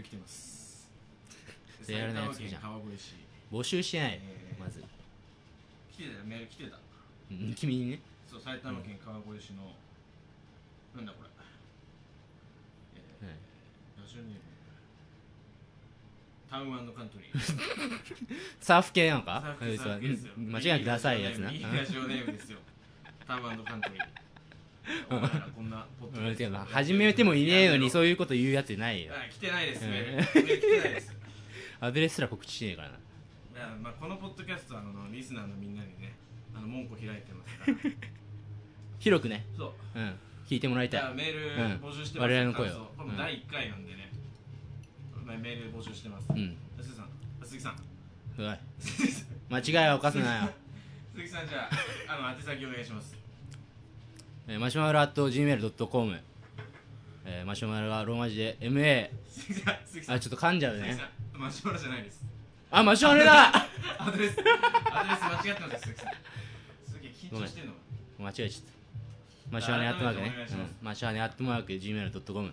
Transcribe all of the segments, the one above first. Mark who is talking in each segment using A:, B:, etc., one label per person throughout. A: てます
B: でやらないやつ
A: 埼
B: じゃ
A: 玉県川
B: ん
A: 越市
B: 募集してないよ
A: えー
B: まず、
A: 来てたよメール来てた
B: うん、君にね
A: そう埼玉県川越市の、なんだこれ、えー
B: はい
A: ラジオネームタウンカントリー
B: サーフ系なのか
A: サーフ系
B: うん
A: サーフ系ですよ
B: うん間違いなくダサいやつない
A: い
B: うん
A: ラジオネームですよタウンカントリーお前らこんなポッドキャスト
B: うんてか始めてもいねえのにそういうこと言うやついないよ
A: あ来てないですね
B: うん
A: メール来てないです
B: アドレスすら告知してねえからない
A: やまあ、このポッドキャストはあのリスナーのみんなにねあの門戸開いてますから
B: 広くね
A: そう
B: うん聞いてもらい
A: じ
B: たい
A: ゃあメール
B: うん
A: 募集してます、
B: 我々の声を
A: 感想これも第1回なんでね、まあメール募集してます、
B: うん
A: 鈴木さん鈴木さん
B: うわい
A: 鈴木さん
B: 間違いは犯すなよ
A: 鈴木さんじゃああの宛先お願いします
B: えーマシュマロアット Gmail.com、えーマシュマロはローマ字で MA
A: 鈴木さん鈴木さん
B: あちょっと噛んじゃう
A: 鈴木
B: ね
A: さんマシュマロじゃないです
B: あマシュマロ だ
A: アドレスアドレス間違ってますよ鈴木さん鈴木緊張してんのか
B: 間違えちゃったマシュマロにアットマークね
A: 改めてお願いします
B: うんマシュマロにアットマーク Gmail.com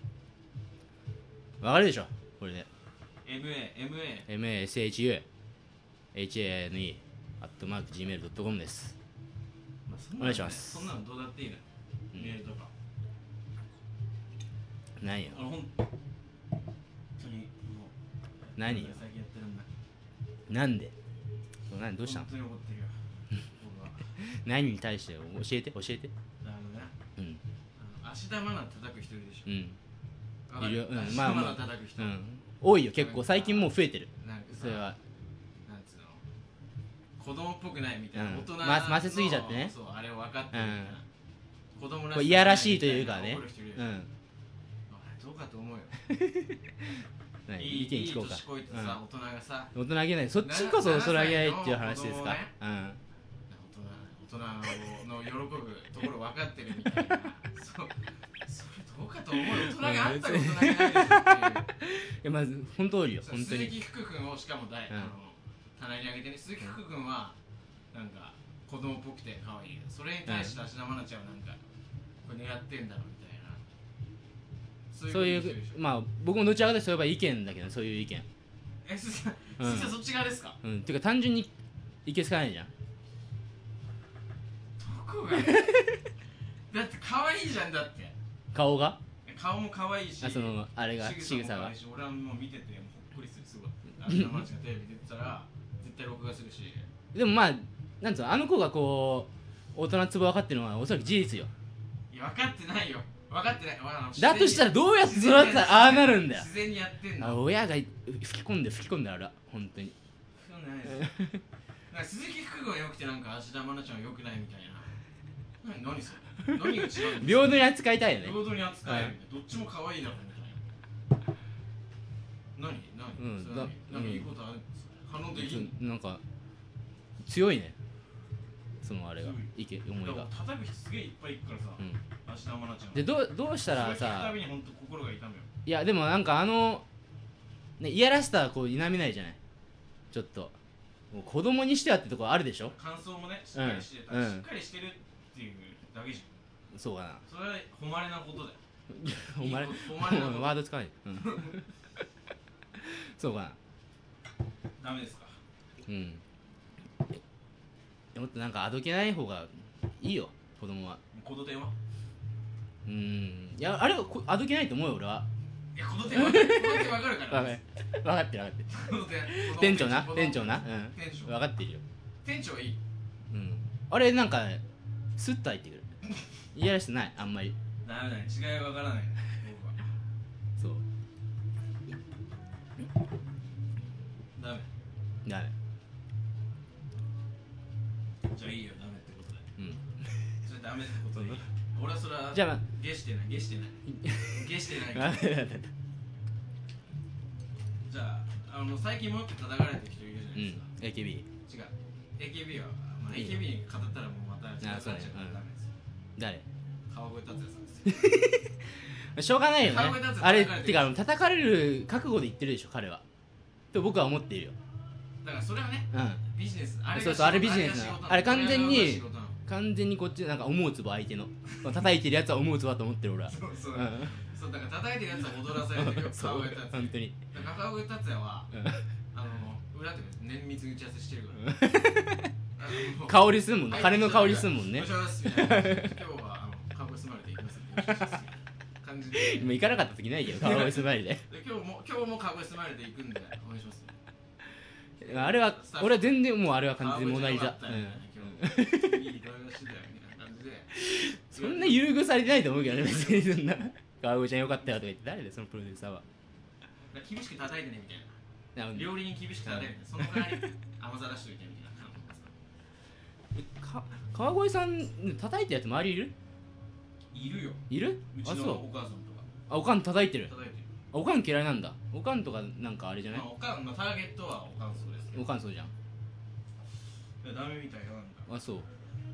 B: わかるでしょこれで
A: MAMA
B: MASHUHANE アットマーク Gmail.com です
A: まあそんなのね
B: お願いします
A: そんなのどうだっていいのよ
B: うん
A: メールとか
B: 何よ
A: 俺ほん当にもう
B: 何よ
A: 最近やってるんだ
B: なんで何どうしたの
A: 本当に怒ってるよ 僕は
B: 何に対して教えて教えて
A: あのね
B: うん
A: あの芦田愛菜叩く人いるでしょ
B: うん
A: わかる
B: いるようん
A: 芦
B: ま
A: 田
B: あ
A: 愛
B: まあ
A: 菜叩く人、
B: うん多いよ結構最近もう増えてる
A: なんかさ
B: それは
A: なんつうの子供っぽくないみたいな、
B: うん
A: 大人の
B: ま混ぜすぎちゃってね
A: そうあれを分かってるみたいな、子供らし
B: こ
A: く
B: う
A: ない
B: やらしいというかね
A: 怒る人いるよ
B: う
A: あ
B: ん
A: れどうかと思うよ
B: 何
A: いい
B: 意見聞こうか
A: いい年こいてさ、大人がさ
B: うん、大人げないそっちこそ
A: な
B: それあげないっていう話です
A: 子供を
B: か
A: ね
B: うん
A: 大人大人の喜ぶところ分かってるみたいなそうそれどうかと思うよ大人があったら大人がないでしょっていう
B: いやまず本当多いよ
A: そう
B: 本当
A: 鈴
B: に
A: 木福君をしかも大、
B: うん
A: あの棚にあげてね鈴木福君はなんか子供っぽくて可愛いそれに対して芦田愛菜ちゃんはなんかこれ狙ってんだろうみたいなそう
B: そうい
A: こと言う
B: う
A: でしょ
B: まあ僕もどちらかというとそういえば意見だけどそういう意見
A: え鈴木さん
B: うん
A: 鈴木さんそっち側ですか
B: うんていうか単純にいけつかないじゃん
A: ど こがだって可愛いじゃんだって
B: 顔が
A: 顔も可愛いし
B: あそのあれが
A: 仕
B: 仕
A: 草も
B: 草
A: 可
B: が
A: 愛いし俺はもう見ててもうほっこりするす ごい芦田愛菜ちゃんがテレビ出てたら絶対録画するし
B: でもまあなんつうのあの子がこう大人つぼ分かってるのはおそらく事実よ
A: いや分かってないよ分かってないわあの
B: だとしたらどうやって育てたらああなるんだよ
A: 自然にやってんの
B: あ親が吹き込んで吹き込んであれは本当に
A: そうなんですよなんか鈴木福君は良くてなんか芦田愛菜ちゃんは良くないみたいなな何それ何が違うんですか
B: 平等に扱いたいよね
A: 平等に扱えるみたいなどっちも可愛いだろみたいな何何、
B: うん
A: それは
B: だ
A: 何
B: うん
A: いいことあるんですか反応できんの
B: うんなんか強いねそのあれが
A: 強
B: 意見思い
A: だ
B: が
A: から叩く人すげえいっぱいいるからさ、
B: うん
A: 芦田愛菜ちゃん
B: でどうどうしたら
A: それ聞くた
B: さ
A: びに本当心が痛むよ
B: いやでもなんかあの、ね、いやらしさはこう否めないじゃないちょっともう子供にしてはってとこあるでしょ
A: 感想もねしっかりしてた、
B: うん
A: しっかりしてるっていうだけじゃ
B: そうかなん
A: それは誉れなこと だよ
B: お前
A: いいこと
B: お
A: 誉れ
B: 前
A: なこと
B: ワード使わない、うん、そうかな
A: ダメですか
B: うんもっとなんかあどけない方がいいよ子供は
A: コド電話
B: うんいやあれはこあどけないと思うよ俺はい
A: や、この手分かる、この手分かるから。
B: 分かってる分かってる
A: この手この
B: 店長な
A: この
B: 店長なうん
A: 店長
B: 分かってるよ
A: 店長いい。
B: うんあれなんかスッと入ってくるいやらしくないあんまり
A: ダメだね、違いが分からない。僕は。
B: そう
A: ダメ。
B: ダメ
A: じゃあいいよ、ダメってことで。
B: うん
A: それダメってことでいい。俺はそれは、
B: じゃあ
A: ゲしてない、ゲして ない。ゲしてないか
B: ダ
A: ら。
B: メだった
A: じゃあ、あの、最近もっと叩かれてる人いるじゃ
B: う
A: ない
B: ん AKB
A: ですか。違う。AKB は、まあ、
B: いい
A: AKB に語ったらもうまた、
B: あそうね
A: ちゃうからダメですよ。
B: 誰
A: 川越達也さんですよ。
B: しょうがないよね
A: 顔が立つ
B: あれ
A: 叩かれてる
B: てか叩かれる覚悟で言ってるでしょ彼はと僕は思っているよ
A: だからそれはね、
B: うん
A: ビジネス。あれが
B: そうそうあれ
A: 仕事
B: ビジネスな
A: あ
B: の
A: れが仕事
B: あれ完全に
A: こが仕事なの
B: 完全にこっちなんか思うつぼ相手の叩いてるやつは思うつぼだと思ってる俺は
A: そうそう
B: う。ん
A: そうだから叩いてるやつは踊らされてるよ
B: そ
A: 顔
B: う
A: が立つ
B: 本当に
A: だから片岡達也は
B: うん
A: あの裏で綿密に打ち合わせしてるからあの
B: 香りすんもんね金の香りすんもんね
A: お邪魔しますみたいな今日はあのカウボーイスマイルで行きますんでお願いしますみたいな感じで
B: 今行かなかった時ないよ顔をすま いで
A: で今日も今日もカウボーイスマイルで行くんでお願いします
B: あれは俺は全然もうあれは完全にモナ
A: い
B: リ
A: い
B: ザ、
A: 今日いい動画してたよみたいな感じで
B: そんな優遇されてないと思うけどね別にそんな 川越ちゃんよかったよとか言って誰だよそのプロデューサーは
A: 厳しく叩いてねみたいな
B: なんか
A: 料理に厳しく叩いてねその代わり甘さ出しといてみたいな感じ
B: か川越さん叩いてるやつ周りいる
A: いるよ
B: いる
A: う
B: あ
A: ち
B: そ
A: の
B: う
A: お母さんとか
B: あおかん叩いてる
A: 叩いてる
B: あおかん嫌いなんだおかんとかなんかあれじゃない
A: まあ、おかんのターゲットはおかんそうですけど
B: おかんそうじゃん
A: いやダメみたいよなんか
B: あそ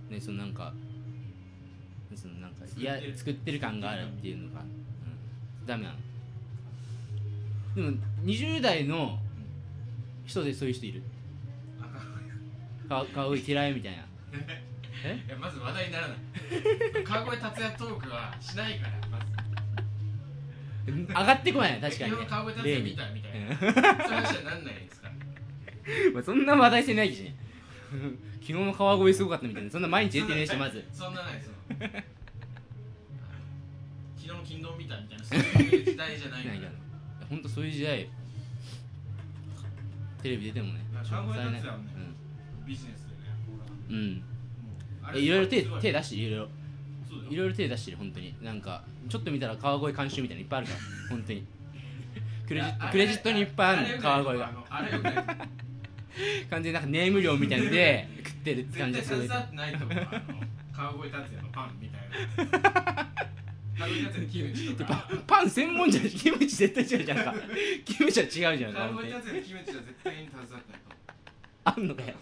B: うねそのなんかそのなんか
A: 作ってる
B: いや作ってる感があるっていうのが、うん、ダメなのでも20代の人でそういう人いる
A: あかん
B: か顔嫌いみたいなえ
A: いやまず話題にならない 川越達也トークはしないからまず
B: 上がってこない確かに、ね
A: 昨日、川越達
B: 例
A: 也
B: に
A: 見たみたいな
B: うん
A: そういう話はなんないですから
B: まあ、そんな話題性ないしね昨日の川越すごかったみたいなそんな毎日出てねえしまず
A: そんなないその昨日の勤労見たみたいなそういう時代じゃないか
B: ない
A: ら
B: から本当そういう時代テレビ出てもね
A: まあ
B: 紹介さ
A: 考え
B: れない
A: たやつはねビジネスでね
B: うん、うん
A: もうあ
B: え
A: れ
B: いろいろ手
A: すご
B: 手出してるいろいろ
A: そうだよ
B: いろいろ手出してる本当になんかちょっと見たら川越監修みたいなのいっぱいあ るから本当にクレジッ
A: あ
B: ト
A: れ
B: クレジットにいっぱいあるの川越が
A: あれよくないあのあれよくない
B: 完全になんかネーム料みたいので食ってるって感
A: 絶対
B: じが
A: 携わ
B: する
A: ってないと思うあの川越達也のパンみたいな川越達也のキムチとか
B: パン専門じゃんキムチ絶対違うじゃん かキムチは違うじゃんか
A: 川
B: 本
A: 越
B: 当に
A: 達也のキムチは絶対に携わってないと思う
B: あんのかよ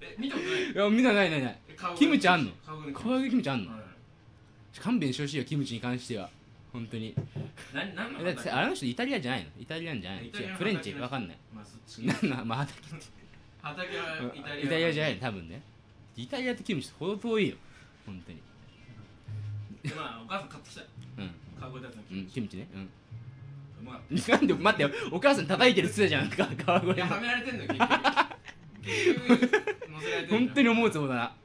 A: え見たことない
B: いや見たないないない
A: え川越
B: キムチあんの
A: 川越の
B: 川越キムチあん
A: う
B: の
A: ん
B: 勘弁してほしいよキムチに関しては本当に
A: 何何の
B: えだってさあの人イタリアじゃないのイタリアンじゃないの
A: イタリアン
B: 違う
A: の
B: フレンチわかんない
A: まあそっち
B: なんなんまあ
A: 畑はイタリア
B: イタリアじゃないい多分ねイタリアとキムチほど遠いよ本当に
A: まあお母さん買ってきた
B: うん
A: 川越達也
B: う
A: の
B: ん
A: キムチ
B: キムチね
A: うまかっ
B: うんなんで待ってよお母さん叩いてるっつったじゃんか川
A: たい
B: 越
A: や
B: の
A: はめられてんのよ結局結局乗せられてんのよ
B: 本当に思うつもりだな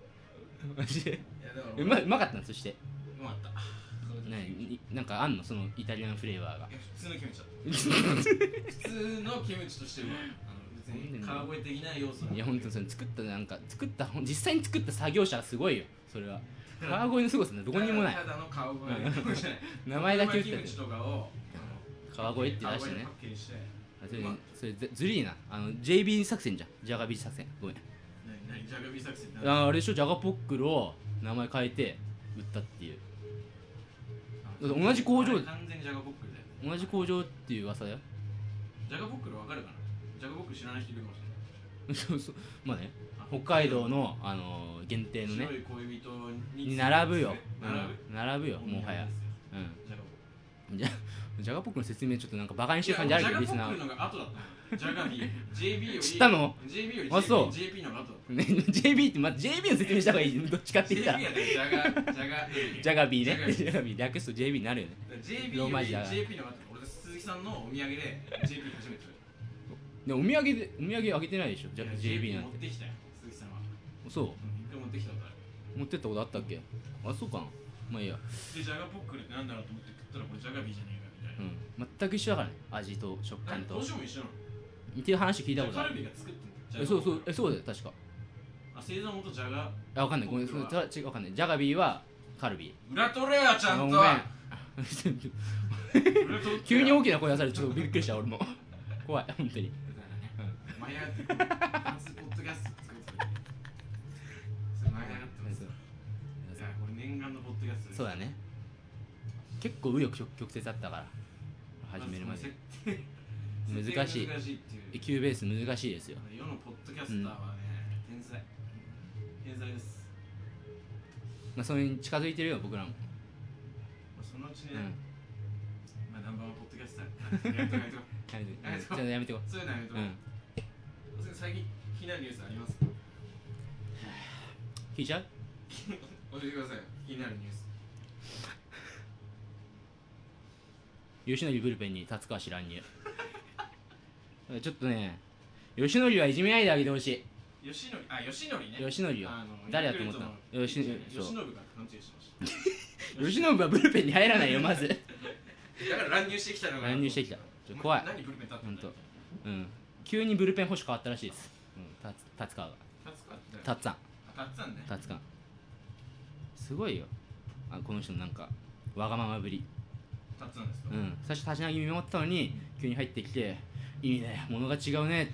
B: マジで
A: いやだから
B: うまうまかったのそして
A: うまかった川越
B: な
A: 達也のキムチ
B: になんかあんのそのイタリアのフレーバーが
A: いや普通のキムチだった普通のキムチとしてはあの別に川越的な要素
B: いや本当にその作ったなんか作ったほん実際に作った作業者はすごいよそれは川越の凄さなんてどこにもない
A: ただの川越じゃない
B: 名前だけ打っ
A: キ
B: て
A: ム
B: る
A: チとかを
B: 川越って出して
A: 川越に
B: ね
A: パッケージして
B: あそれそれずずるいなあの JB 作戦じゃんジャガビー作戦ごめん
A: 何何ジャガビー作戦ってなんだ
B: ああれでしょジャガポックルを名前変えて売ったっていうだって同じ工場
A: あれ完全にジャガポックルだよ
B: 同じ工場っていう噂だよ
A: ジャガポックルわかるかなジャガポックル知らない人いるかもしれない
B: そうそうまあね
A: あ
B: 北海道の、あのー限定のね
A: 白い恋人に
B: に並ぶよ、
A: 並
B: うん、並ぶ
A: ぶ
B: よもはや
A: ジャガポックル
B: うんじゃ ジャガポックルの説明ちょっとなんかバカにし
A: い
B: て
A: や
B: る感じあるけど
A: ジャ
B: リス
A: ガポッ
B: ナ
A: クルのが後だったのジャガビー JB より
B: 知ったの
A: JB より
B: あそう
A: JP のが後だっ
B: ー、ね、JB って、まあ、JB の説明した方がいいどっちかって
A: た
B: 言っ
A: JB や
B: たら
A: ねジャガジャガ
B: ジャガビー
A: ジャガビ
B: ね
A: ー
B: ジャガビー略すと JB になるよね
A: だから JB
B: ロ
A: よ
B: ーマ
A: り
B: 字だ
A: JP のが後だった俺鈴木さんのお土産で JP 初めて
B: でお土産でお土産あげてないでしょジャ JB なん
A: 持っててきたよ鈴木さんは
B: そ
A: うん一回持ってきたことある
B: う持ってったことあったっけあそうかなまあいいや、
A: でジャガポックルってなんだろうと思って食ったらこれジャガビーじゃねえかみた
B: う
A: い
B: ん、全く一緒だからね味と食
A: な
B: 感
A: 何
B: と
A: どうしようも一緒なの
B: っていう話聞いたことあ
A: カル
B: る
A: ビが作ってんのジャ
B: え
A: ガポッ
B: そうそう
A: クル
B: えそうだよ確か
A: あ製造元ジャガ
B: あわかんないごめんそうた違うわかんないジャガビーはカルビ
A: 裏取れよち
B: ー
A: ゃんと
B: あごめん
A: 裏取って
B: 急に
A: よ
B: 大きな声出されてちょっとびっくりした俺も 怖い本当に
A: マイアーティダンスポッドキャスト作ってたそれ舞い上がってますいやこれ念願のポッドキャストです
B: そうだね結構紆余曲曲折あったから 始めるまで
A: で
B: 難しい
A: 難しいっていう
B: え級ベース難しいですよ
A: 世のポッドキャスターはね、天才天才です、
B: まあそれに近づいてるよ僕らも
A: まあ、そのうち
B: うんや
A: ね、まあナンバーワンポッドキャス ターやめとかやめとか
B: めて
A: あそ
B: うん
A: う
B: ちょっとやめてこ
A: そういうのやめと
B: うう
A: か、
B: ん
A: それ最近気になるニュースあります
B: 聞いちゃう
A: 教えてください気になるニュース
B: 吉野ブルペンに立川氏乱入ちょっとね吉典はいじめないであげてほしい
A: 吉典あ吉典ね
B: 吉典を
A: あの
B: 誰だと思ったの
A: ヤクルトの
B: 吉
A: 吉信が勘違いしてまし
B: 吉信はブルペンに入らないよまず
A: ただから乱入してきたのが
B: 乱入してきたちょっと怖い
A: 何ブルペン立って
B: ほ
A: ん
B: ん
A: だ
B: と
A: よ
B: うん急にブルペン保守変わったらしいです、うん、た立川が
A: 立つかって
B: たっつぁん
A: あ立つんね
B: たつかんすごいよあこの人のなんかわがままぶり
A: 立つんですか
B: うん最初立ち上げ見守ってたのに急に入ってきて「いいね物が違うね」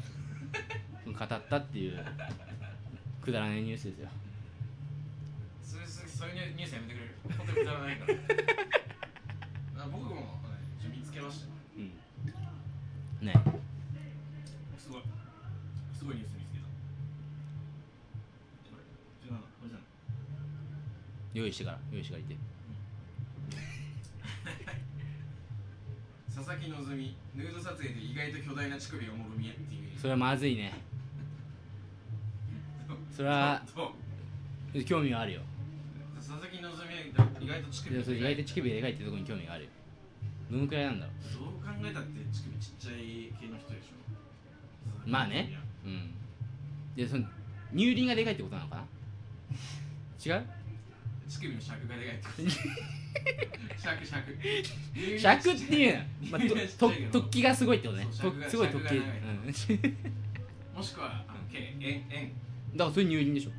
B: 語ったっていうくだらないニュースですよ
A: そういうそういうニュースやめてくれる本当にくだらないからあ僕も、はい、ちょっと見つけました
B: うんね
A: すごいすごいニュース見つけたこれ17これじゃない
B: 用意してから用意してから言って
A: 佐々木希ヌード撮影で意外と巨大な乳首がもろみえっていう
B: それはまずいねそれは
A: ちょっと
B: 興味はあるよ
A: 佐々木希は意外と乳
B: い
A: 首
B: やそれ意外と乳
A: 首
B: 首でかいってところに興味があるよどのくらいなんだろ
A: どう考えたって乳首ちっちゃい系の人でしょ
B: まあねううんでその乳輪がでかいってことなのかな違う
A: 乳首の尺がでかいって こと尺尺
B: 尺っていうのは、まあ、
A: ちっちゃいけど
B: とと突起がすごいってことね
A: そう尺が
B: とすごい突
A: 尺
B: 起、う
A: が長い
B: ん、
A: もしくはあのけ円円
B: だからそれ乳輪でしょ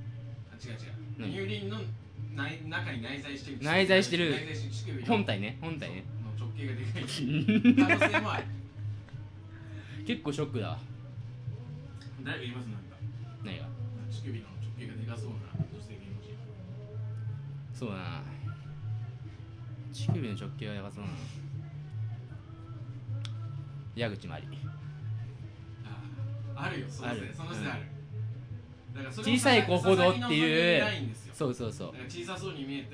A: あ違う
B: 何
A: 違う乳輪の内中に内在してる
B: 内在してる
A: 内在してる乳首の
B: 本体ね本体ね
A: そうの直径がでかいって いう可能性もある
B: 結構ショックだわ
A: 誰かいますなんか
B: 何が
A: 乳首の直径がでかそうな女性芸能人
B: そうだな乳首の直径はやばそうだな矢口まり
A: ああるよその
B: あ
A: せい
B: る
A: そのせいある、だからそれも
B: 小さい子ほどっていう
A: 佐々木希ラインですよ
B: そうそうそう
A: だから小さそうに見えて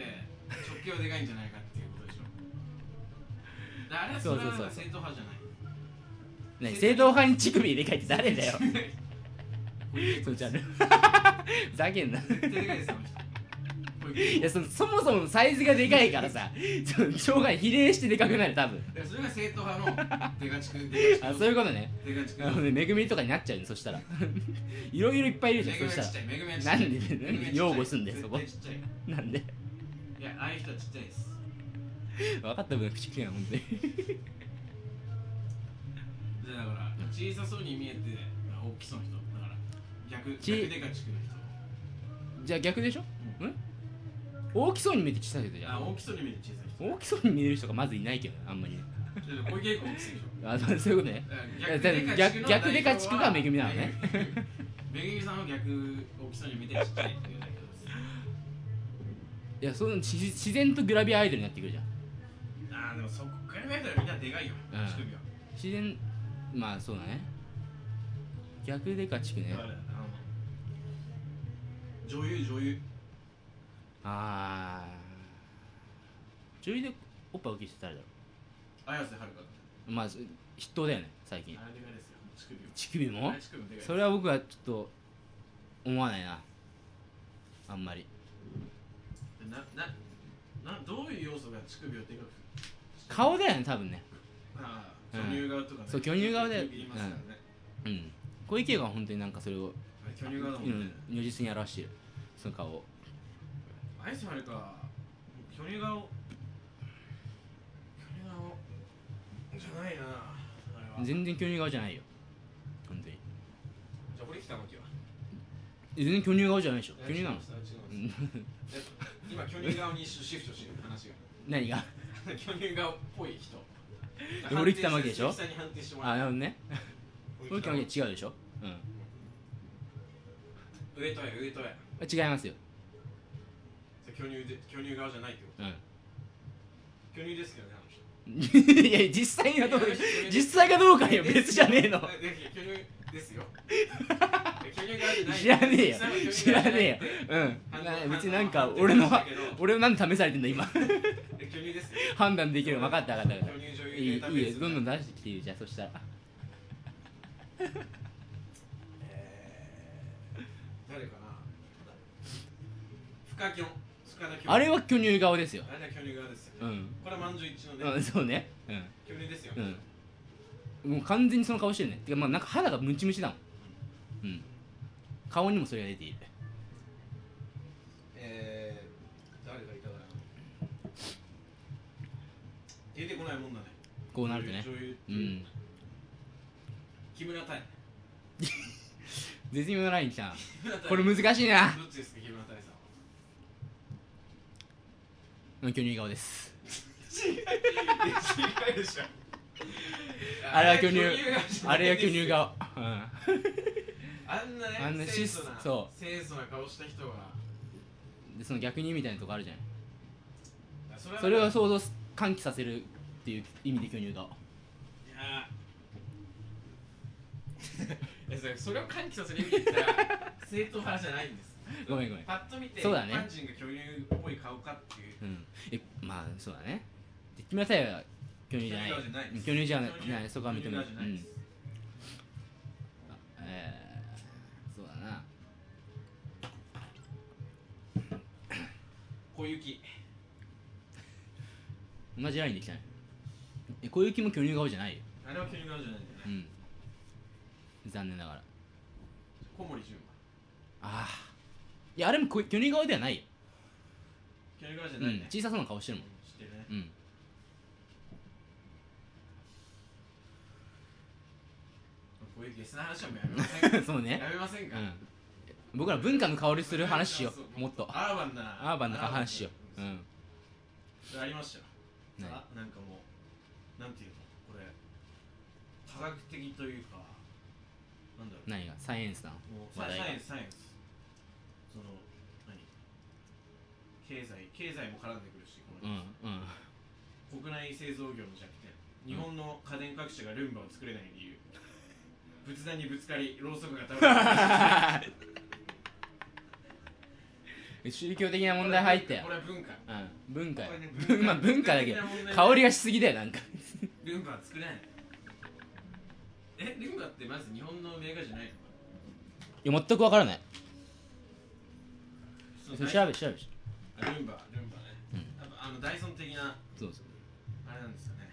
A: 直径はでかいんじゃないかっていうことでしょ だからあれはそれはなんか正統派じゃない
B: 何正統派に乳首でかいって誰だよ そのジャンル ふざけんな
A: 絶対でかいですよあの人こういう
B: いやそのそもそものサイズがでかいからさその生涯比例してでかくなる多分
A: だからそれが正統派のデカチクデカ
B: あ
A: チク
B: そういうことね
A: デカチク
B: あのねめぐみとかになっちゃうねそしたら いろいろいっぱいいるじゃん
A: めぐ
B: そ
A: み
B: し
A: は
B: た
A: ち
B: ら
A: っちゃいめぐみはちっちゃ
B: ないんでなんで擁護すんだよそこ
A: めぐみはちっちゃい絶対ちっ
B: なんで
A: ちゃいいやああいう人はちっちゃいです
B: 分かった分口利くやんほんとに
A: でだから小さそうに見えて大きそうな人だから逆逆
B: ち
A: デカチクの人
B: じゃあ逆でしょん大きそうに見えて小さい人じゃ
A: あ
B: ん
A: 大きそうに見えて小さい人
B: 大きそうに見える人がまずいないけどねあんまりね
A: だから小池栄子大きすぎでしょ
B: あそうそういうことね
A: だから
B: 逆逆デカチクがめぐみなの
A: 代
B: ね
A: 表はめぐみめぐみさんは逆大きそうに見てちっちゃいっていうだけです
B: いやその自自然とグラビアアイドルになってくるじゃん
A: あーでもそこから見たらみんなでかいよ
B: うん
A: 乳首は
B: 自然まあそうだね逆デカチクね
A: だからあの女優女優
B: あー女優でおっぱい大きい人誰だろ
A: 綾瀬はるか
B: うまあ筆頭だよね最近
A: あれでかいですよ乳首
B: 乳首
A: は
B: も
A: あれ乳首もでかいです
B: それは僕はちょっと思わないなあんまり
A: なななどういう要素が乳首をでかく
B: 顔だよね多分ね
A: ああ
B: うん
A: 巨乳側とかね
B: そう巨乳側で
A: よく言いますからね
B: うん小池が本当になんかそれを、
A: 巨乳側だも
B: うん
A: ね
B: ん、如実に表してるその顔を
A: アイスはるか巨乳顔巨乳顔じゃないなあれはじゃ
B: 全然巨乳顔じゃないよ本当に
A: あこれ北巻は
B: 全然巨乳顔じゃないでしょ
A: いや
B: 巨乳な
A: 違
B: の
A: います
B: う
A: 違い
B: ん
A: ますやっぱ今巨乳顔にシフトしてる話が
B: 何が
A: 巨乳顔っぽい人
B: 俺北巻でしょ
A: 鈴木さんに判定してもら
B: あ
A: う
B: なるほどね小
A: 俺
B: 池
A: 北巻
B: は違うでしょうん
A: 上戸や上戸や
B: 違いますよ
A: それ巨乳で巨乳顔じゃないってこ
B: うん
A: と巨乳ですけどねあの人
B: いや実際にはどう
A: いやいや
B: 実際かどうかよ別じゃねえの
A: えぜひ巨乳ですよ巨乳側じゃない
B: 知らねえよ
A: 実際は巨乳
B: 知ら
A: 側じゃな
B: ね
A: い
B: えよ
A: あ
B: うん
A: の
B: な
A: あの
B: 別になんか
A: あの
B: 俺の
A: あの
B: 俺をなんで試されてんだ今
A: え巨乳ですよ
B: 判断できるの分かった分かった分かった
A: 巨乳女優
B: いい
A: データベ
B: い
A: ー
B: いよ
A: ス
B: どんどん出してきていいよじゃあそしたら
A: 誰かなフカキョンフカの巨
B: あれは巨乳顔ですよ
A: あれは巨乳側ですよ
B: うん
A: これは満場一致の
B: う
A: ね
B: んそうねうん
A: 巨乳ですよ
B: うんもう完全にその顔してるねてかまあなんか肌がムチムチだもんうん顔にもそれが出ている
A: えー、誰がいたかな出てこないもんだね
B: こうなるとね
A: 女優
B: う
A: 女優
B: ん
A: 木村太木
B: 絶妙なライン来たな
A: 村太
B: これ難しいな
A: どっちですか木村太さん
B: うん巨乳顔です
A: は違うでしょ
B: あれは巨乳
A: 乳
B: あれは巨乳顔う
A: あ
B: ん
A: んなね
B: あんな
A: 清楚な
B: 質そ
A: 清楚な顔した人が
B: でその逆にみたいなとこあるじゃん
A: それ
B: それを想像す喚起させるっていう意味で巨乳顔
A: いやーいやそ れそれを喚起させる意味で 言ったら正統派じゃないんです
B: ごめんごめん
A: パッと見て
B: そうだね
A: 一般人が巨乳っぽい顔かっていう
B: うんえまあそうだねで木村太陽は巨乳じゃない
A: 巨乳じゃないです
B: 巨乳じゃない
A: 巨乳
B: そこは認める
A: 巨乳じゃないです
B: あえー、そうだな
A: 小雪
B: 同じラインできたねえ小雪も巨乳顔じゃないよ
A: あれは巨乳顔じゃないんだよ
B: う
A: ね
B: ん残念ながら
A: 小森純は
B: ああいやあれも小巨乳顔ではないよ、
A: 巨乳顔じゃ
B: う
A: ない
B: ん
A: ね、知っ
B: 小さそうな顔してるもん
A: てるね
B: うん
A: 小雪その話はもうやめません か
B: そうね
A: やめませんか、
B: うん僕ら文化の香りする話しよ
A: そう
B: うもっと
A: アーバンな
B: アーバンな話しよううん
A: それありましたよ
B: 何
A: あなんかもうなんていうのこれ科学的というかなんだろう
B: 何がサイエンスなの
A: もう
B: 話
A: ササ
B: 題が
A: イエンスサイエンスその何経済経済も絡んでくるしこ
B: う
A: の、
B: んうん
A: 国内製造業の弱点日本の家電各社がルンバを作れない理 由仏壇にぶつかりろうそくが倒れた
B: 宗教的な 問題入ったよ
A: これは文化
B: うん文化よ
A: これ ね
B: まあ文化だけど
A: 文化的な問題
B: 香りがしすぎだよなんか
A: ルンバは作れないえルンバってまず日本のメーカーじゃないのか
B: いや全くわからない
A: そ
B: そ
A: のダイ
B: れ調べて調べて
A: あルンバルンバね、
B: うん
A: やっぱあのダイソン的な
B: そうそう
A: あれなんですよね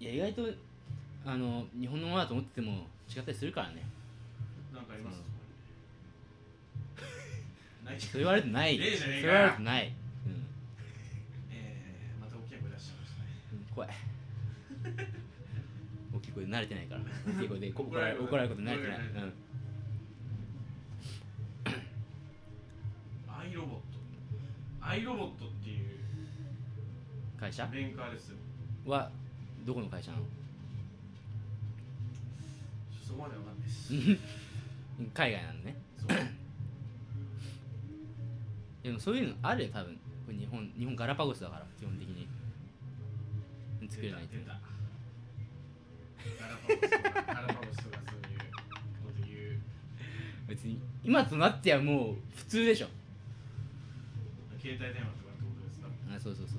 B: いや意外とあの日本のものだと思ってても違ったりするからね
A: なんかあります
B: うん
A: そこに ない
B: そう言われてない
A: ねえじゃ
B: そう
A: ねえか
B: 言われてない、うん
A: えー、また大きな声出しちゃいましたね
B: うん怖い 大きい声で慣れてないから大きい声でこ
A: 怒
B: 怒
A: ら
B: ら
A: れ
B: れ
A: る
B: 怒られること慣れてない、
A: 怒られ
B: うん、
A: アイロボットアイロボットっていう
B: 会社
A: メーカーですよ
B: はどこの会社なの
A: ちょっとそこまでわかんないです
B: うん海外なのね
A: そう
B: でもそういうのあるよ多分これ日本日本ガラパゴスだから基本的に作れないって
A: 出
B: いうの
A: た
B: は
A: 出たガラパゴスとかガラパゴスとかそういうこと言う
B: 別に今となってはもう普通でしょ
A: 携帯電話とかってことですか
B: あそうそうそう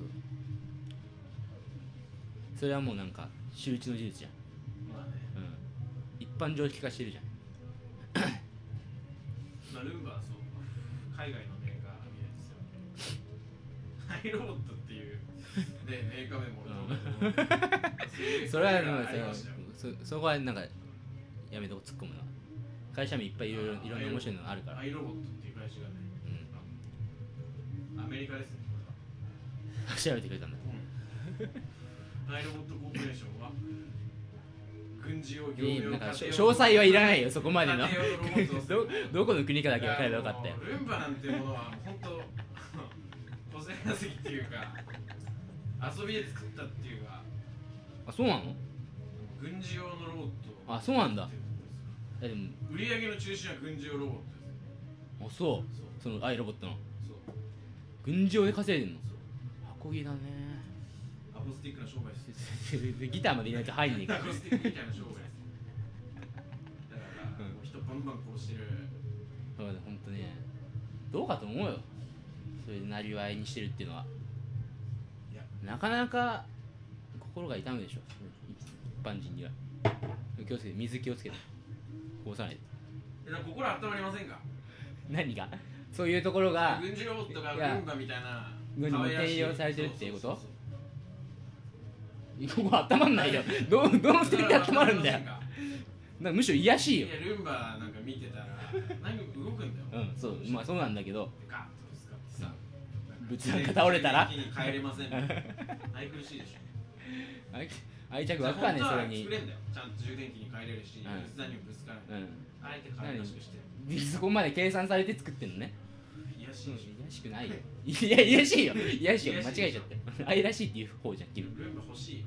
B: それはもうなんか周知の事実じ
A: まあね
B: ゃん、うん、一般常識化してるじゃん
A: まあルンバはそう海外のメーカーみたいですよアイロボットっていうねメーカー名も俺どうかと思うそういう
B: それは
A: そういうのがあり
B: でも
A: ましたよ
B: そそこはなんかやめとこ突っ込むな会社名いっぱいいろいろ
A: あー
B: いろんな面白いのあるから
A: アイロボットっていう会社がね
B: うん
A: アメリカですねこれは
B: 調べてくれたんだ
A: アイロボットコーポレーションは軍事用
B: いい
A: 業
B: な
A: 務用
B: んか
A: 家
B: 詳
A: 庭用
B: 詳細はいらないよそこまでの
A: 家庭用ロボットをす
B: ど
A: る
B: どこの国かだけ分かればよかったよ
A: いやもうルンバなんてものは本当 個性化石っていうか遊びで作ったっていうか
B: あそうなの
A: 軍事用のロボット
B: あそうなんだえでも
A: 売り上げの中心は軍事用ロボットで
B: あそ
A: すそう
B: うそのアイロボットの
A: そう
B: 軍事用で稼いでんの
A: そう
B: 箱木だね
A: アコースティックな商売です
B: ギター まで入れないと入んねえか
A: ア
B: ら
A: コースティックみたいな商売ですだから、
B: うん
A: もう人バンバン殺してる
B: だから本当ねどうかと思うよそれでなりわいにしてるっていうのはい
A: や
B: なかなか心が痛むでしょ一般人には気をつけて水気をつけてこぼさないで
A: えなんか心温まりませんか
B: 何がそういうところが
A: 軍事ロボットが
B: いや
A: 軍馬みたいな
B: のにも
A: 可愛らしい
B: 転用されてるっていうこと
A: そうそう
B: ここ温まんないよどうどの 点で温まるんだよなんかむしろ癒やし
A: い
B: いよ
A: やルンバなんか見てたら何か動くんだよ
B: うんそうまあそうなんだけど
A: ガッとぶつかってさ
B: 物理が倒れたら
A: 一気に帰れ ませんみたいな愛くるしいでしょ
B: 愛愛着湧くかね
A: じゃあ本当
B: そ
A: は
B: れに
A: 作れんだよちゃんと充電器に変えれるし、
B: うん
A: 仏壇にもぶつからない、
B: う
A: あえて金出しくしてる
B: んそこまで計算されて作ってんのね
A: いやし
B: うん
A: い
B: 癒
A: でし
B: やしくないよいや癒やしいよ癒やしいよ
A: 癒や
B: 間違
A: しいで
B: え
A: し
B: ちゃ
A: ょ
B: った愛らしいっていう方じゃん気
A: ょ
B: 分
A: ルンバ欲しいよ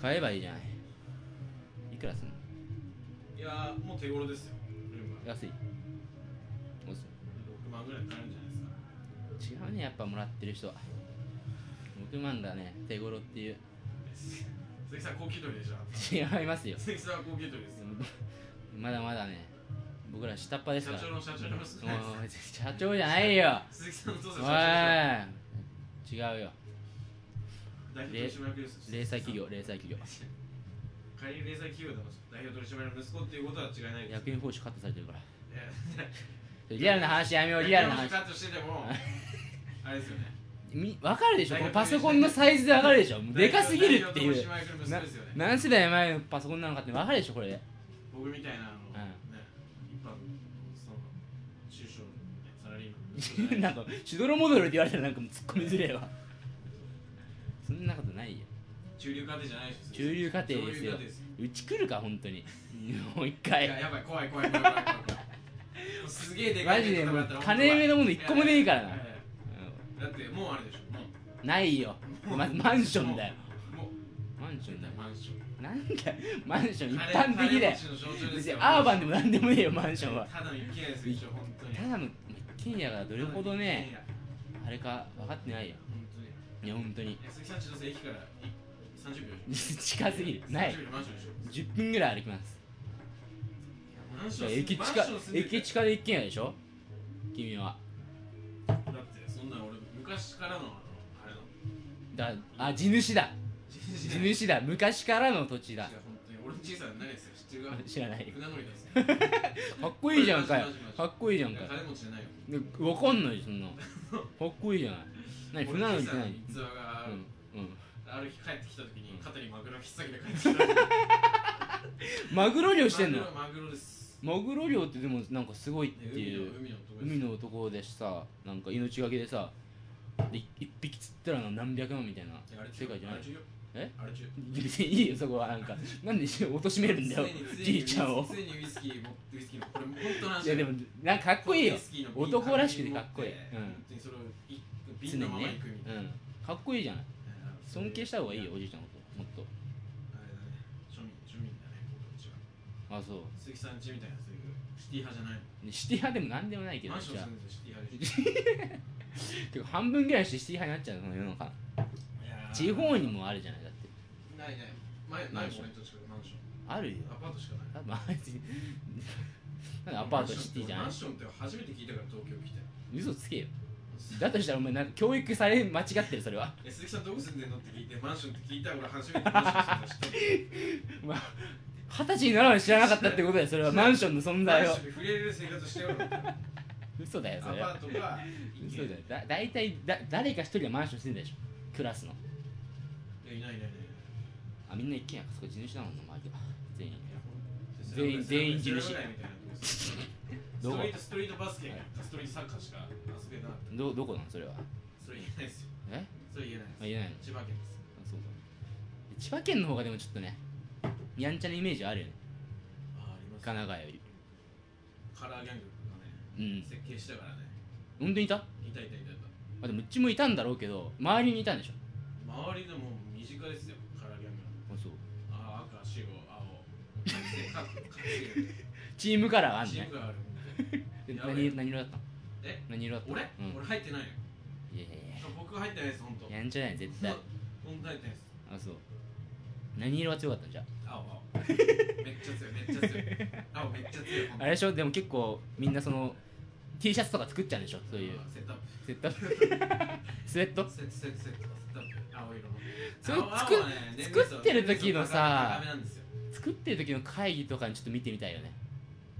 B: 買えばいいじゃないいくらすんの
A: いやーもう手頃ですよルンバ
B: 安いおす
A: 6万ぐらい買えるんじゃないですか
B: 違うねやっぱもらってる人は6万だね手頃っていう
A: 鈴木さん高級鳥でしょ
B: 違いますよ
A: 鈴木さんは高級鳥ですよ
B: まだまだね僕ら下っ端ですから
A: 社長の社長の息子
B: おい社長じゃないよ
A: 鈴木さんのお父さん社長
B: おい違うよ
A: 代表取締役です
B: 零細企業零細企 業
A: 仮に零細企業だと代表取締役の息子っていうことは違いないです
B: 役員報酬カットされてるから
A: いや
B: リアルな話やめようリアルな話
A: カットしててもあれですよね
B: み分かるでしょこのパソコンのサイズで分かるでしょでかすぎるっていう
A: 代表取締役の息子ですよね
B: 何世代前のパソコンなのかって分かるでしょこれで
A: 僕みたいなあの、
B: ん
A: ね一般その中小のねサラリーマンの
B: なんかしどろもどろって言われたらなんかもう突っ込みづれえわ そんなことないよ
A: 中流家庭じゃないです
B: 中流家庭ですよ
A: 上流家庭です
B: うち来るか本当にもう一
A: い
B: 回
A: ややばい怖い怖い怖い怖い怖い怖い もうすげえでか
B: マ
A: い
B: ジでもう
A: 金
B: 金上のもの一個もねえからな、
A: だってもうあれでしょもう
B: うんない よまずマンションだよ
A: もう
B: マンションだよ
A: マンション
B: なんだよマンション一
A: 金
B: 般的だ
A: 金持
B: よ
A: ちの象徴です
B: 別に
A: よ
B: アーバンでもなんでもねえよマンションは
A: ただの一軒家ですよ一応本当に
B: ただの一軒家がどれほどね
A: ただの一軒家
B: あれか分かってないよ
A: 本当に
B: いや本当に
A: え鈴木さんちの駅からい30秒でし
B: 近すぎる
A: ょ
B: ない
A: 30秒でマンションでしょ
B: 10分ぐらい歩きます
A: マンション住ん
B: 駅
A: マン
B: 近
A: ション住んでる
B: 駅近で一軒家でしょ君は
A: だってそんな俺昔からのあのあれの
B: だあ地主だ
A: 地
B: 地主だ昔からの土地だ
A: 本当に俺の小さな何ですよ知ってるか
B: 知らないよ
A: 船乗りですよ
B: かっこいいじゃんかよ
A: マジマジマジ
B: かっこいいじゃんかよ
A: 金持ちじゃないよ
B: でわかんないよそんなかっこいいじゃない何船乗りっ
A: 俺の小
B: て
A: さな
B: 何
A: 逸話が
B: うんうん
A: ある日帰ってきた時に
B: うん
A: 肩にマグロ引き下げて帰ってきた
B: マグロ漁してんの
A: マグロマグロです
B: マグロ漁ってでもなんかすごいっ
A: ね
B: て
A: 海
B: い
A: の
B: う
A: 海の男
B: 海
A: です
B: の男でさなんか命がけでさで一匹釣ったら何百万みたいない
A: やあれ中
B: 世界じゃない
A: あれ中よ
B: え
A: あれ中
B: 別にいいよそこはなんかなんで貶としめるんだよ
A: 常に常に
B: じいちゃんを
A: 常にウイスキー持ってウイスキーのこれもう本当の話
B: いやでもなんかかっこいいよ
A: ウイスキーの瓶
B: 男らしくてかっこいい
A: 片
B: う
A: 手に持って本当に
B: ん
A: それを一
B: 常
A: 瓶の
B: に
A: まま
B: ね
A: 行くみた
B: う
A: いなん
B: かっこいいじゃない尊敬した方がいい
A: よ
B: よおじいちゃんのこともっと
A: あれだね、庶民、庶民だね、僕たちは。
B: あそう
A: 鈴木さん家みたいな、そういうシティ派じゃないの。
B: ねシティ派でもなんでもないけど
A: マンション
B: じゃあ
A: 住んでるシティ派でしょ。
B: てか半分ぐらいしてシティ派になっちゃうの世の中
A: いやー
B: 地方にもあるじゃないだって
A: ないない。前、
B: マ
A: な
B: ン
A: い
B: ショ
A: も
B: ン
A: ん、俺と近くマンション。
B: あるよ
A: アパートしかない。
B: 多分あい つなんでアパートシティじゃな
A: マ
B: い
A: ンションって初めて聞いたから東京来て。
B: 嘘つけよだとしたらお前なんか教育され間違ってるそれは
A: え、鈴木さんどこ住んでんのって聞いて、マンションって聞いたら俺初めてマンション住んでる人。
B: 二十歳になるまで知らなかったってことだよそれ はマンションの存
A: マン
B: 在を
A: ションに触れる生活してよ。ア
B: 嘘だよ
A: パ
B: それは
A: ートが一
B: 嘘
A: 軒
B: だよだ大体だ誰か一人がマンション住んでるでしょクラスの
A: いないいないいない。
B: あみんな一軒家かそこ地主だもんな周りが全員全
A: 全
B: 員
A: 員
B: 全
A: 全
B: 員
A: 員
B: 地
A: 地
B: 主
A: 主スト
B: どこ
A: リートストリートバスケストリートサッカーしか遊べなかった
B: どどこなのそれは
A: それ言えないですよ
B: え
A: それ言えない
B: あ
A: で
B: 言えないの
A: す千葉県です
B: あそうか千葉県の方がでもちょっとねやんちゃなイメージはあるよね
A: ああります
B: 神奈川より
A: カラーギャング
B: う
A: がね
B: ん
A: 設計したからね
B: 本当にいた
A: いたいたいたいた
B: あでもうちもいたんだろうけど周りにいたんでしょ
A: 周りでもう身近ですよカラーギャング
B: あそう
A: ああ赤白青覚醒覚醒
B: チームカラーがある
A: チー
B: ね
A: ムがある
B: で
A: やべえ
B: 何何色だったの
A: え
B: 何色だったの
A: 俺
B: うん
A: 俺入ってないよ
B: いやいやい
A: 僕入ってないです本当
B: ややんちゃだよ絶対
A: 本当入ってないです
B: あそう何色が強かったんじゃ
A: 青青めっちゃ強いめっちゃ強い青めっちゃ強い本当
B: あれでしょでも結構みんなその T シャツとか作っちゃうんでしょ そういう
A: セットアッ
B: セ ットスウェット
A: プセットセットセットセットアップ青色の
B: それ
A: 青
B: 作っ
A: 青はね年
B: 作
A: 齢層
B: ってる時のさ
A: 年齢層高めなんですよ
B: 作ってる時の会議とかにちょっと見てみたいよね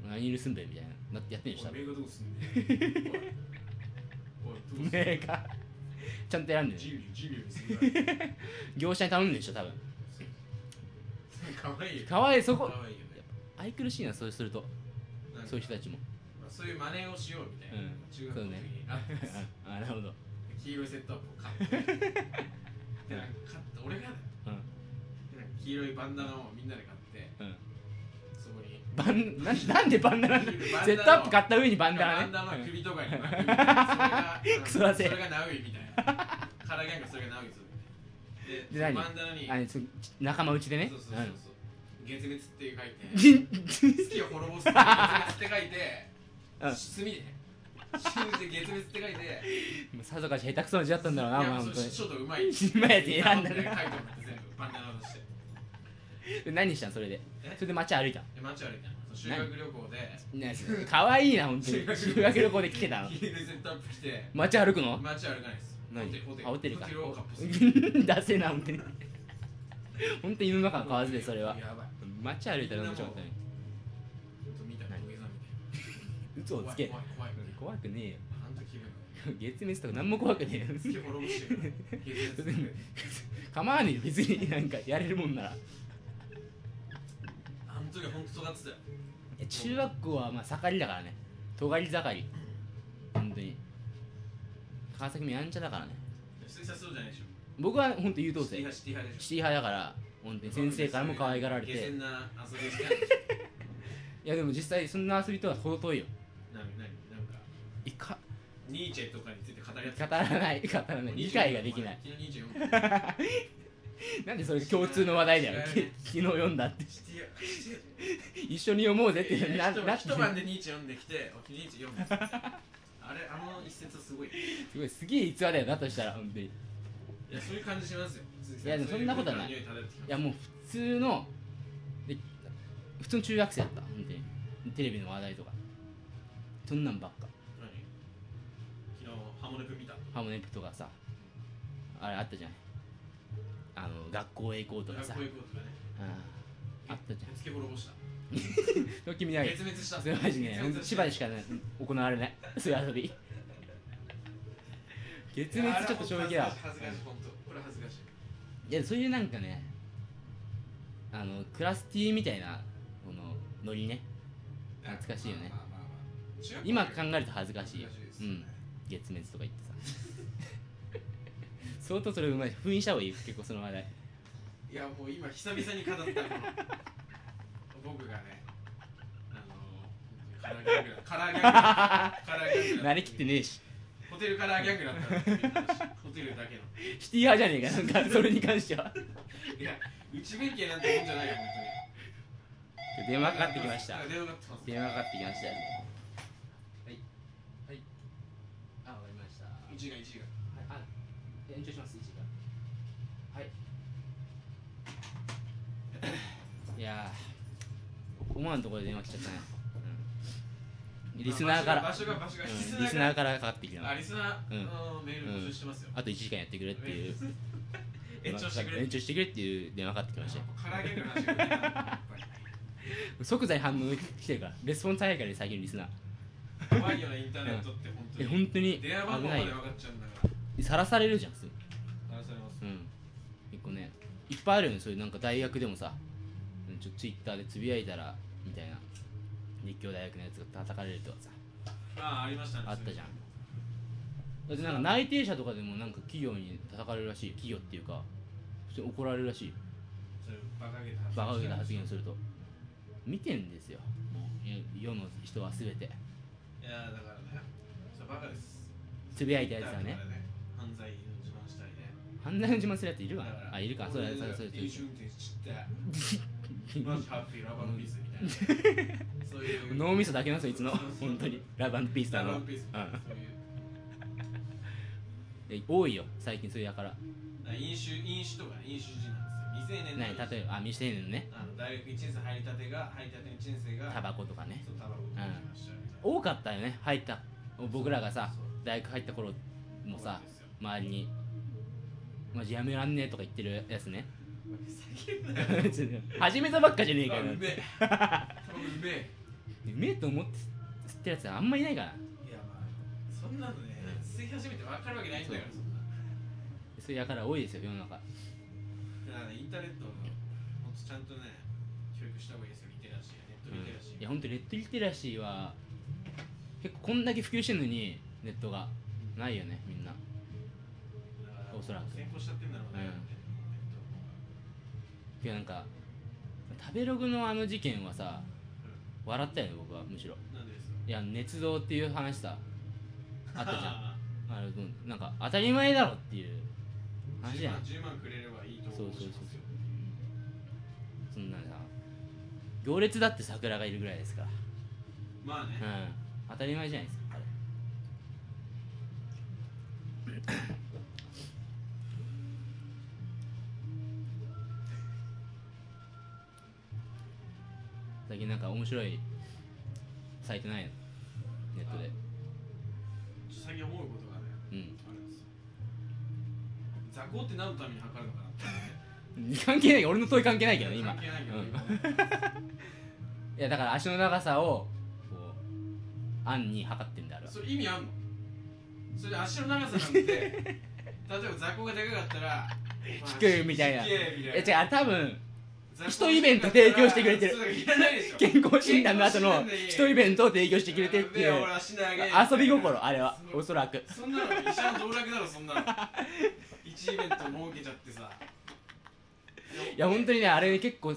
B: 何色住んでるみたいななやってんでしょ多
A: 俺メ
B: 分
A: イクどうすんねんおいおいどうすんねん
B: 目が ちゃんと選んで
A: ジ
B: る
A: リュジリュするぐらい
B: 業者に頼むんでしょ多分
A: かわいいよ
B: かわいいそ
A: か
B: こ
A: わいいよね
B: 愛くるしいなそうすると
A: なんか
B: そういう人 たちも
A: まあそういう真似をしようみたいな、
B: うん
A: 中学の時にあ
B: ああなるほど
A: 黄色いセットアップを買って でなんか買って俺がだよ
B: うん
A: でなんか黄色いバンダナをみんなで買って
B: うん
A: そこ に
B: バンななんでバンダナ
A: バンダナ
B: セットアップ買った上にバン
A: バ
B: ダ
A: ン
B: ナ
A: ダナ
B: ね
A: の
B: うん
A: 首とかに巻くみたい なそれが
B: クソだぜ
A: それがナウイみたいなカラーギャングそれがナウイするみ
B: で
A: たいなで
B: 何
A: バンダナに
B: あのそ仲間内でね
A: そうそうそうそう月滅っていう書いて
B: うん
A: 好きを滅ぼすって月滅って
B: う
A: 書い
B: ん
A: て墨で死ぬで月滅って書いて
B: もうさぞかし下手くそな字だったんだろうなお
A: いや
B: 前
A: もうそ
B: 本当
A: れ
B: に
A: ちょっとうまい
B: しまいやつ選んだな
A: 書いてもらって全部バンダナとして
B: で 何したんそれで
A: え
B: それで街歩いたの
A: で街歩いたの修学旅行で
B: ねかわいいな本当に修学旅行で来てたの
A: ヒールセットアップして
B: 街歩く の
A: 街歩かないです
B: 何
A: ホテル
B: あホテルか
A: ホテルをカップする
B: 出せな本当に本当に犬の中の蛙でそれは
A: やばい
B: 街歩いたら面白かったね
A: ちょっと見たら土下座みたいな
B: 嘘をつけ
A: 怖い怖い怖い
B: 怖くね
A: あの時気分が
B: えよ月滅とか何も怖くねえよ
A: 好き滅ぼしてるからヒールセットアップで
B: 構わねえよ別になんかやれるもんならい
A: あの時は本当尖ってたよ
B: や中学校はまあ盛りだからね尖り盛り本当に川崎もやんちゃだからね
A: 水産そうじゃないでしょ
B: 僕は本当優等
A: シティ
B: 生
A: 派シティ派で
B: シ
A: し
B: ティ派だから本当
A: ょ
B: に先生からも可愛がられて
A: 下
B: い
A: 船な遊びしてたんでしょ
B: やでも実際そんな遊びとは程遠いよ
A: 何何なんか
B: いか
A: ニーチェとかについて語り合って
B: 語
A: た
B: らない語らない理解ができない
A: 昨日ニーチェ読んだ
B: なんでそれが共通の話題だよ
A: 知らない
B: き昨日読んだって
A: シティ派シティ派
B: 一緒に読もうぜって
A: いや
B: な
A: 一
B: な
A: 晩一晩でニーチェ読んできて、おニーチェ読んできて。あれ、あの一節すごい。い
B: すごいすげえ逸話だよなとしたら本当にい
A: や、そういう感じしますよ。鈴木さ
B: いやでもそんなことはない
A: そうう文化の匂漂ってきます
B: やもう普通ので普通の中学生だった本当にテレビの話題とかそんなんばっか
A: 何昨日、ハモネプ見た。
B: ハムネプとかさあれあったじゃんあの学校へ行こうとか
A: 学
B: さ
A: 校行こうとかね。
B: うんあったじゃん
A: 手付け滅ぼした。
B: それ君だけ
A: 絶滅した。
B: それマジね
A: 絶滅した
B: 芝居しかね行われないそういう遊び月滅ちょっと衝撃だわ
A: 恥ずかしい、本当。これ恥ずかしい。
B: いやそういうなんかねあのクラスティーみたいなこのノリね懐かしいよね
A: まあまあまあまあ中学校
B: 今考えると恥ずか
A: 恥
B: しい
A: ず
B: よ
A: かしいです
B: う
A: よ
B: ん
A: ね。
B: 月滅とか言ってさ 相当それうまい封印した方がいいよ結構その話題
A: いや、もう今、久々に語ったこの。僕がね、あの、カラーギャングだ。カラーギャングだ。カラーギャングだ
B: 慣れきってねえし
A: ホテルからギャングだったんですよみんなのホテルだけの。
B: シティ派じゃねえかなんかそれに関してはい
A: や、内弁慶なんてもんじゃないよ、本
B: 電
A: 当に。
B: 話かかってきました
A: 電話かかってます。
B: 電話かかってきましたよ
A: はい。
B: あわかりました
A: 1時間、1時間。
B: はい、あ延長します1時間はい いやー思わぬところで電話来ちゃったね、うん、リスナーから、
A: 場所が、場所が、場所が
B: うんリスナーからかかってきたの
A: あ、リスナ
B: う
A: ー
B: ん
A: のメール募集してますよ。
B: あと1時間やってくれっていう
A: 延長してくれ。
B: 延長してくれっていう電話かかってきましたよ
A: カラーギャングの話が出たんだやっぱり
B: 即座に反応来てるからレスポンス早いから最近のリスナー
A: 怖いよね、インターネットって本当
B: え
A: に。
B: 本当に危
A: 電話番号ま
B: な
A: で
B: い
A: 分
B: よ
A: かっちゃうんだから。
B: さらされるじゃんすぐ
A: 話されます。
B: うん結構ねいっぱいあるよねそういうなんか大学でもさうんちょツイッターでつぶやいたらみたいな立教大学のやつが叩かれるとかさ
A: ああ、ありましたね。
B: あったじゃんだってなんか内定者とかでもなんか企業に叩かれるらしいよ企業っていうか普通に怒られるらしいよ
A: それバカげた発言。
B: バカげた発言をすると見てんですよもうい世の人は全て
A: いや、だからね、それバカです。
B: つぶやいたやつはね。
A: 犯罪の自慢したりね。
B: 犯罪の自慢するやついる
A: だ
B: わ
A: から
B: あいるかそうだそうだそうだ
A: 飲酒運転知って、 マジハッピーラバーのピースみたいな。そういう。
B: 脳みそだけなんで すよいつの
A: そうそうそう
B: 本当にラブピースだ
A: ラバ
B: の
A: ーのピースみたいな。そういう
B: で多いよ最近そういうやから
A: だから飲酒、飲酒とかね飲酒時なんですよ。未成
B: 何
A: 年
B: 例えばあ未成年のね
A: あの大学1年生入りたてが、入りたての1年生が、
B: タバコとかね
A: そうタバコを吸いましたみたいな
B: 多かったよね入った僕らがさ
A: そう
B: 大学入った頃も
A: 多い
B: さ
A: ですよ
B: 周りに「マジやめらんねえ」とか言ってるやつね
A: 叫んだよ。
B: 始めたばっかじゃねえか
A: あ
B: よ
A: う
B: う
A: めえ。タバコうめえ。
B: めえと思って吸ってるやつあんまいないから
A: いやまあそんなのね吸い始めて分かるわけないんだからそんな
B: そういうやから多いですよ世の中
A: だからねインターネットのほんとちゃんとね教育した方がいいですよリテラシーネットリテラシー、
B: いや本当ネットリテラシーは結構こんだけ普及してんのにネットがないよねみんな
A: だから
B: おそらく
A: 先行しちゃってんだろうね、
B: う
A: ネッ
B: ん
A: トの方が
B: いやなんか食べログのあの事件はさ笑ったよね僕はむしろ
A: うんなんでですか
B: いや捏造っていう話さ あったじゃん
A: ゃん
B: あれうんなんか当たり前だろっていう話じ
A: 10
B: ゃ
A: 万
B: ん
A: 10万くれればいいと思うしますよ
B: そんなさ行列だって桜がいるぐらいですから
A: まあね、
B: うん当たり前じゃないですかあれ最近なんか面白いサイトないのネットで
A: ちょっと最近思うことがね
B: うん
A: あるんですよ座高って何のために測るのかなってね
B: 関係ない俺の問い関係ないけどね今
A: 関係ないけど、
B: うん
A: 今
B: いやだから足の長さをこう案に測ってんだあれは
A: それ意味あんのそれで足の長さなん て例えば座高がでかかったら
B: 低いみたいな
A: 低いみたいな
B: え違うあれ多分
A: 座高
B: 人イベント提供してくれてる
A: そうだからいらないでしょ
B: 健康診断の後の
A: 健康診断で
B: 一イベントを提供してくれてってい
A: やべえ
B: う
A: 俺足長い
B: 遊び心あれは
A: そう
B: おそらく
A: そんなの医者の道楽だろそんなの 一イベント儲けちゃってさ
B: いや本当にねあれ結構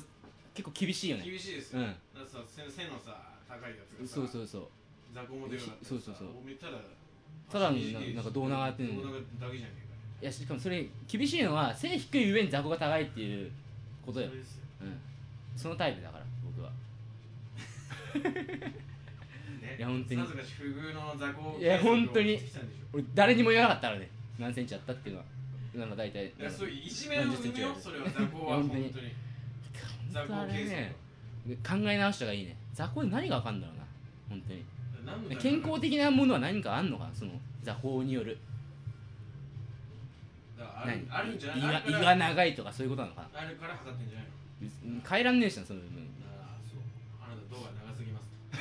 B: 結構厳しいよね
A: 厳しいです
B: う
A: よ、
B: ん
A: だってさ背背のさ高いやつがさ
B: そうそうそう
A: 雑魚も出るようになってさ
B: そうそうそう
A: おめえただ
B: ただの
A: 走り
B: ななんか胴長やってんのに
A: 胴長だけじゃねえ
B: いやしかもそれ厳しいのは背低い上に雑魚が高いっていうこと
A: か
B: よ
A: それですよ
B: うんそのタイプだから僕は
A: ね
B: いや本当に
A: さぞかし不遇の雑魚
B: いや本当に
A: 継続をしてきたんでし
B: 俺誰にも言わなかったからね何センチあったっていうのはなんか大体
A: ょだからそういういじめの生みよそれは雑魚は
B: 本
A: 本
B: 当
A: 当
B: に
A: に雑
B: 本当あ
A: 魚
B: れ
A: 継続
B: ね考え直した方がいいね雑魚で何が分かんだろうな本当に
A: は何のために
B: 健康的なものは何かあんのかなその座法による
A: だからあるあるんじゃない
B: 胃が
A: あ
B: 胃
A: るから
B: が長いとかそういうことなのかな
A: あるから測ってんじゃないの
B: 変えらんねえしなその部分
A: ああそうあなた動画長すぎますと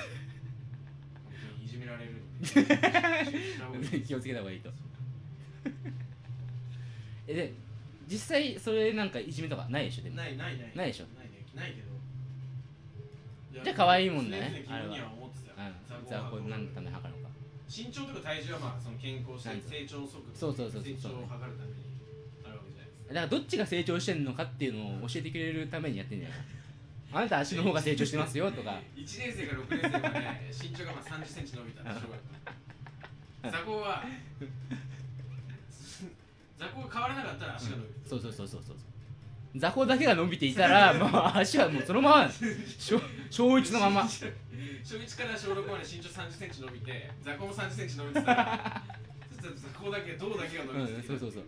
A: 本当にいじめられ る
B: 気をつけた方がいいと えで実際それなんかいじめとかないでしょでも
A: ないないない
B: ないでしょ
A: ないねないけどや
B: じゃあ可愛いもんだね
A: 常々疑問には思ってたよ
B: うん、座法何のために測るのか
A: 身長とか体重はまあその健康したり成長速度
B: そうそうそうそう
A: 成長を測るためにあるわけじゃないですか
B: だからどっちが成長してんのかっていうのを教えてくれるためにやってんじゃないかあなた足の方が成長してますよとか
A: 1年生から6年生まで身長がまあ3 0センチ伸びたんで小学校座高は 座高が変わらなかったら足が伸びる、
B: そうそうそうそうそう座法だけが伸びていたらもう足はもうそのままなんです小小一の まま
A: 小1から小6まで身長3 0センチ伸びて座高も3 0センチ伸びてたらそしたら座高だけ胴だけが
B: う
A: 伸びて
B: ん、そうそうそう